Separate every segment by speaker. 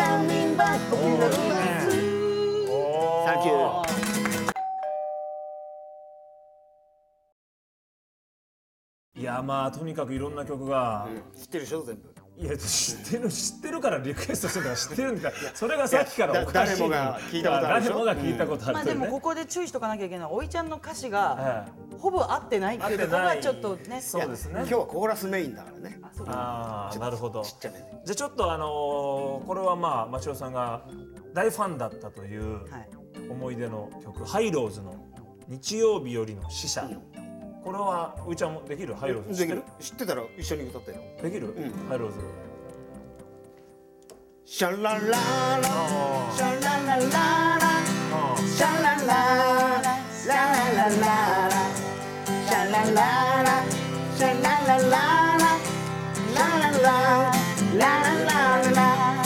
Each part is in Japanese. Speaker 1: バーお気に入りのサンキュー。
Speaker 2: いやまあとにかくいろんな曲が、
Speaker 1: 知ってるでしょ全部
Speaker 2: いや知ってる知ってるからリクエストしてるから知ってるんだからそれがさっきからおかし
Speaker 1: だ
Speaker 2: い
Speaker 1: 誰もが聞いたことあるでしょ
Speaker 2: 誰もが聞いたことある
Speaker 3: まあ
Speaker 2: って
Speaker 3: で
Speaker 2: いうね
Speaker 3: もここで注意しとかなきゃいけないのはおいちゃんの歌詞が
Speaker 2: は
Speaker 3: ほぼ合ってないっていうところ
Speaker 2: 合って
Speaker 3: が
Speaker 2: ない
Speaker 3: ちょっとね
Speaker 2: そうですね
Speaker 1: 今日はコーラスメインだからね
Speaker 2: ああなるほど
Speaker 1: ちっちゃめで
Speaker 2: じゃあちょっとあのーこれはまあ町尾さんが大ファンだったという
Speaker 3: はい
Speaker 2: 思い出の曲、ハイローズの日曜日よりの死者、これはういちゃんもできるハイローズ知
Speaker 1: でき
Speaker 2: って
Speaker 1: る
Speaker 2: る
Speaker 1: 知ってたら一緒に歌ったよ
Speaker 2: できる、
Speaker 1: ん
Speaker 2: ハイローズ
Speaker 1: シャラララ
Speaker 2: あ
Speaker 1: シャララララ
Speaker 2: あ
Speaker 1: シャララララララララシャラララシャラララララララララララ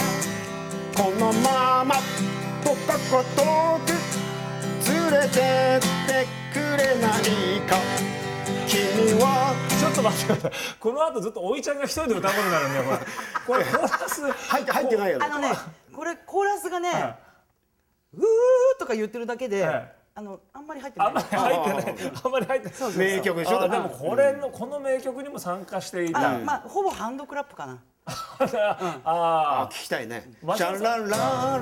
Speaker 1: このままどこか遠く連れてってくれないか君は
Speaker 2: ちょっと待ってくださいこの後ずっとおいちゃんが一人で歌うことになるんだよこれこれコーラス
Speaker 1: 入って入ってないよね
Speaker 3: あのねこれコーラスがね
Speaker 2: はい
Speaker 3: 「うー」とか言ってるだけで
Speaker 2: はい
Speaker 3: あのあんまり入って
Speaker 2: あ
Speaker 3: なん
Speaker 2: まり
Speaker 3: い
Speaker 2: 入ってないあんまり入ってない
Speaker 1: 名曲でしょ
Speaker 2: あでもこれのこの名曲にも参加していた、
Speaker 3: あまあほぼハンドクラップかな
Speaker 1: あ
Speaker 2: ああ
Speaker 1: 聞きたいね
Speaker 2: マ
Speaker 1: シ
Speaker 2: ジで
Speaker 1: ャラララ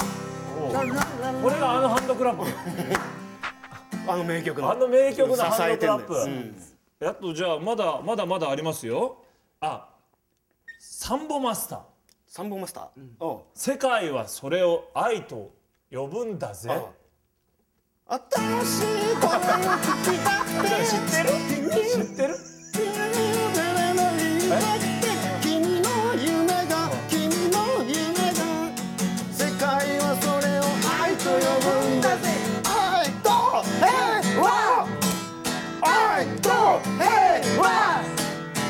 Speaker 2: これがあのハンドクラップ
Speaker 1: あの名曲の
Speaker 2: あの名曲のハンドクラップ
Speaker 1: 支えてんだようん
Speaker 2: あとじゃあまだまだまだありますよあサンボマスター
Speaker 1: 三本マスターおう
Speaker 2: 世界はそれを愛と呼ぶんだぜ
Speaker 1: あ新しい声を聞きたくて
Speaker 2: 知ってる知ってる
Speaker 1: 君の誰の夢って君の夢が君の夢が世界はそれを愛と呼ぶんだぜ愛と平和愛と平和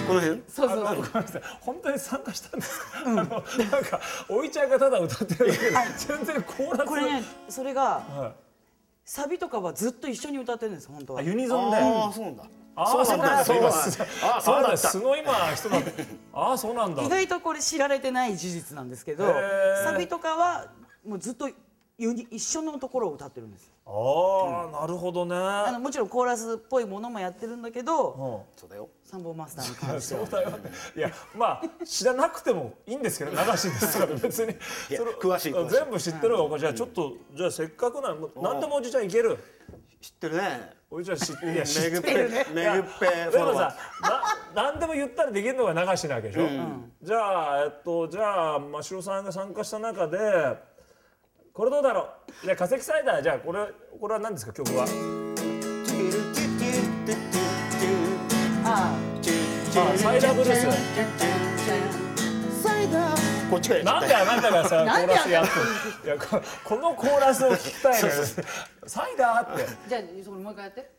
Speaker 1: この辺
Speaker 3: そう
Speaker 2: ああのごめんなさい本当に参加したんですか、あのなんかおいちゃんがただ歌ってるだけで全然コーラス
Speaker 3: これねそれが
Speaker 2: はい
Speaker 3: サビとかはずっと一緒に歌ってるんです本当
Speaker 2: あ
Speaker 3: は
Speaker 2: ユニゾンで
Speaker 1: ああそうなんだ
Speaker 2: ああそうなんだ
Speaker 1: そう
Speaker 2: 今
Speaker 1: だ
Speaker 2: あ
Speaker 1: あ
Speaker 2: そ
Speaker 1: そうだ
Speaker 2: うなんだ
Speaker 1: った
Speaker 2: 素の今人なんだああそうなんだ
Speaker 3: 意外とこれ知られてない事実なんですけど
Speaker 2: へー
Speaker 3: サビとかはもうずっとユニ一緒のところを歌ってるんです
Speaker 2: ああなるほどね
Speaker 3: あのもちろんコーラスっぽいものもやってるんだけど
Speaker 2: うん
Speaker 1: そうだよ
Speaker 3: サンボマスターに関して
Speaker 2: そうだよねいやまあ知らなくてもいいんですけど流しですから別に
Speaker 1: いや
Speaker 2: それ
Speaker 1: 詳しい詳しい
Speaker 2: 全部知ってるわじゃあちょっとじゃあせっかくなん何でもおじちゃんいける
Speaker 1: 知ってるね
Speaker 2: おじちゃん知っていや知
Speaker 1: めぐっぺめぐっぺフ
Speaker 2: で
Speaker 1: ォ
Speaker 2: も
Speaker 1: ロワ
Speaker 2: さな何でも言ったらできるのが流しなわけでしょ、じゃあえっとじゃあ真城さんが参加した中でこれどうだろうじゃあ化石サイダーじゃあこれこれは何ですか曲は
Speaker 1: ー
Speaker 3: あ
Speaker 2: あサイダーブルース
Speaker 1: サイダーこっちからや
Speaker 2: な
Speaker 1: っ
Speaker 2: ん
Speaker 1: ち
Speaker 2: で
Speaker 1: ゃっ
Speaker 2: あなたがさ
Speaker 3: な
Speaker 2: コ
Speaker 3: んで
Speaker 2: ーラス
Speaker 3: あなた
Speaker 2: やってるいやここのコーラスを聞きたいですサイダーって
Speaker 3: あじゃあそれもう一回やって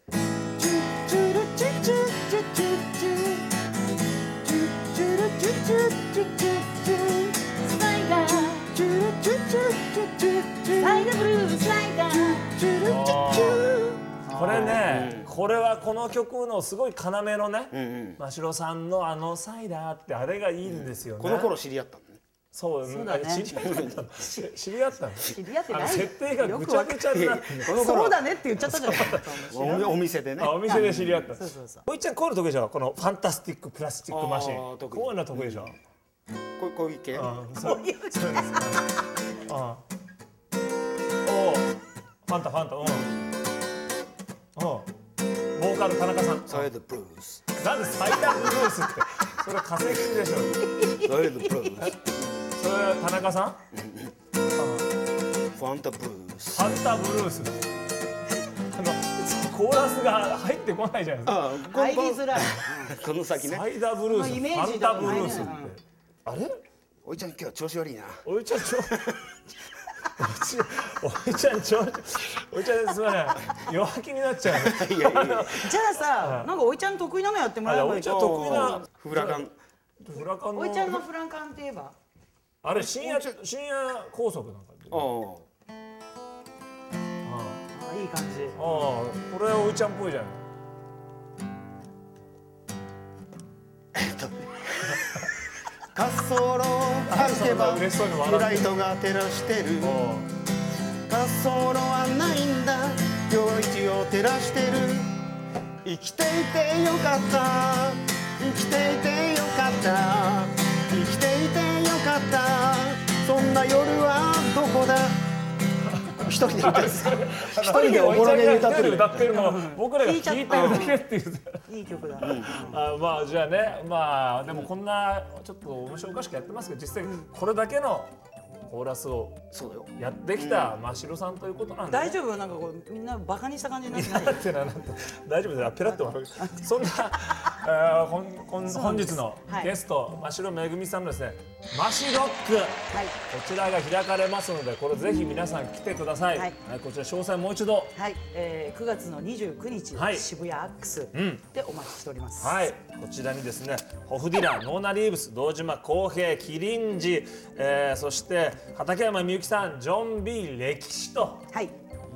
Speaker 4: サイドブルースライダー
Speaker 2: これねこれはこの曲のすごい要のね真城さんのあのサイダーってあれがいいんですよね
Speaker 1: この頃知り合ったのね
Speaker 2: そう
Speaker 3: そうだね
Speaker 2: 知り合った の知り合ったの
Speaker 3: 知り合って
Speaker 2: あの
Speaker 3: ない
Speaker 2: 設定がぐちゃぐちゃになって
Speaker 1: この
Speaker 3: そう
Speaker 1: 頃
Speaker 3: だねって言っちゃったじゃない
Speaker 1: おお店でね
Speaker 2: あお店で知り合った
Speaker 3: そうそうそう
Speaker 2: おいちゃんこういうの得意じゃんこのファンタスティックプラスチックマシ
Speaker 1: あ
Speaker 2: ンこ
Speaker 1: ー得意
Speaker 2: ういうの得意じゃん
Speaker 1: ここういう系
Speaker 2: あそう
Speaker 3: こういう
Speaker 2: あおおファンタファンタうんうんボーカル田中さん
Speaker 1: サイドブルース
Speaker 2: なんでサイダーブルースってそれ化石でしょ
Speaker 1: サイドブルース
Speaker 2: それは田中さん
Speaker 1: ファンタブルース
Speaker 2: ファンタブルースあのコーラスが入ってこないじゃないですか
Speaker 1: あこ
Speaker 3: 入りづらい
Speaker 1: この先ね
Speaker 2: サイダーブルース
Speaker 3: そのイ
Speaker 2: フ
Speaker 3: メー
Speaker 2: ァンタ
Speaker 3: ジだと
Speaker 2: ブル
Speaker 3: ね
Speaker 2: ースってあれ
Speaker 1: おいちゃん今日調子悪いな
Speaker 2: おいちゃんちょおいちゃんちょおいちゃんすみません弱気になっちゃう
Speaker 1: いやいやいや
Speaker 3: じゃあさなんかおいちゃん得意なのやってもらえ
Speaker 2: あ
Speaker 3: ば
Speaker 2: お
Speaker 3: い
Speaker 2: い
Speaker 3: い
Speaker 2: ちゃん得意な
Speaker 1: フラガン
Speaker 2: フラカンの
Speaker 3: おいちゃんのフランカンって言えば
Speaker 2: あれ深夜
Speaker 1: おいちゃ
Speaker 2: 深夜高速なんかであ
Speaker 1: お
Speaker 2: あ
Speaker 3: あいい感じ
Speaker 2: あこれはおいちゃんっぽいじゃん
Speaker 1: 滑走路歩
Speaker 5: 行
Speaker 2: さん
Speaker 5: け
Speaker 2: の
Speaker 5: ば
Speaker 2: 嬉しそうに
Speaker 5: ブラ
Speaker 2: 笑
Speaker 5: イ
Speaker 2: って
Speaker 5: トが照らしてる
Speaker 2: うん
Speaker 5: 滑走路はないんだ夜市を照らしてる生きていてよかった生きていてよかった生きていてよかったそんな夜はどこだ 一人で歌います一人でおぼろげに歌ってる
Speaker 2: 歌ってるのを僕らが聞いてるだけっていう。
Speaker 3: いい曲だ。
Speaker 2: あまあじゃあねまあでもこんなちょっと面白おかしくやってますけど実際これだけのコーラスを
Speaker 5: そうだよ
Speaker 2: やってきた真城さんということなんで、
Speaker 3: 大丈夫なんかこうみんなバカにした感じになってない
Speaker 2: だってななんか大丈夫だよペラッと笑うそんなあーほんほん
Speaker 3: そうな
Speaker 2: 本
Speaker 3: んで
Speaker 2: 日
Speaker 3: す
Speaker 2: の
Speaker 3: はい
Speaker 2: ゲスト、真城めぐみさんのですねマシロック、
Speaker 3: はい
Speaker 2: こちらが開かれますのでこれぜひ皆さん来てください、
Speaker 3: はい
Speaker 2: はいこちら詳細もう一度
Speaker 3: はい、えー、9月の29日、
Speaker 2: はい
Speaker 3: 渋谷アックス
Speaker 2: ん
Speaker 3: でお待ちしております。
Speaker 2: はい、こちらにですね、ホフディラン、ノーナ・リーブス、堂島康平、キリンジ、えーそして畠山みゆきさん、ジョン・ B 歴史と
Speaker 3: はい。
Speaker 2: い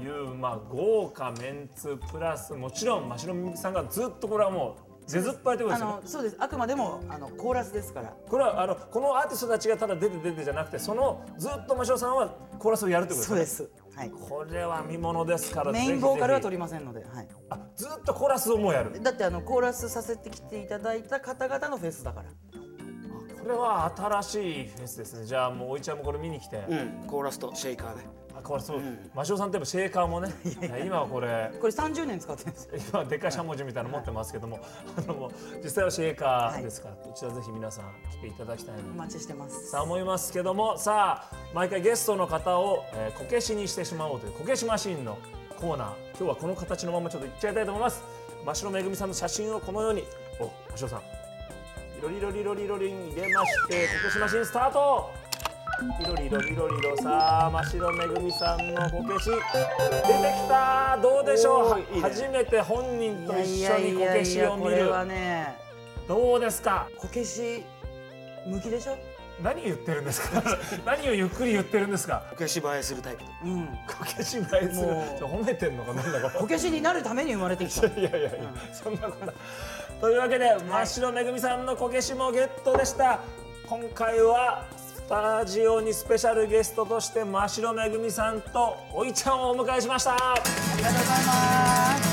Speaker 2: う、まあ、豪華メンツプラス、もちろん真城みゆきさんがずっとこれはもう出ずっぱいということ
Speaker 3: あ
Speaker 2: ですよね。
Speaker 3: のそうです。あくまでもあのコーラスですから。
Speaker 2: これはあのこのアーティストたちがただ出て出てじゃなくて、そのずっと真城さんはコーラスをやるということ
Speaker 3: そう
Speaker 2: で
Speaker 3: です
Speaker 2: ね。
Speaker 3: す。はい。
Speaker 2: これは見ものですから
Speaker 3: メインボーカルは
Speaker 2: ぜ
Speaker 3: 取
Speaker 2: ひぜ
Speaker 3: りませんので、はい。
Speaker 2: ひあずっとコーラスをもうやる
Speaker 3: だってあのコーラスさせてきていただいた方々のフェスだから。
Speaker 2: これは新しいフェスですねじゃあもうおいちゃんもこれ見に来て、
Speaker 5: うんコーラスとシェイカーね
Speaker 2: あこれそう、マシオさんといえばシェーカーもね 今はこれ
Speaker 3: これ30年使ってるんですよ。
Speaker 2: 今でっかいしゃもじみたいなの持ってますけども、あのもう実際はシェーカーですから、こちらぜひ皆さん来ていただきたいな
Speaker 3: お待ちしてます。
Speaker 2: さあ思いますけどもさあ毎回ゲストの方を、えーこけしにしてしまおうというこけしマシンのコーナー今日はこの形のままちょっといっちゃいたいと思います真城めぐみさんの写真をこのようにお真城さんいろりろりろりろりん入れましてこけしマシンスタートいろりろりろりろさあ真城めぐみさんのこけし出てきたどうでしょう
Speaker 5: おーいいね
Speaker 2: 初めて本人と一緒にこけしを
Speaker 3: こ
Speaker 2: 見
Speaker 3: れ
Speaker 2: る
Speaker 3: はね、
Speaker 2: どうですか
Speaker 3: こけし向きでしょ。
Speaker 2: 何言ってるんですか何をゆっくり言ってるんですか
Speaker 5: おけし映えするタイプ
Speaker 3: うん。
Speaker 2: こけし映えする
Speaker 3: もう
Speaker 2: ちょ褒めてんのかなんだこ
Speaker 3: こけしになるために生まれてきた。
Speaker 2: れいやいやいや、そんなことないというわけで、真っ白めぐみさんのこけしもゲットでした今回はスタジオにスペシャルゲストとして真っ白めぐみさんとおいちゃんをお迎えしました
Speaker 3: ありがとうございます。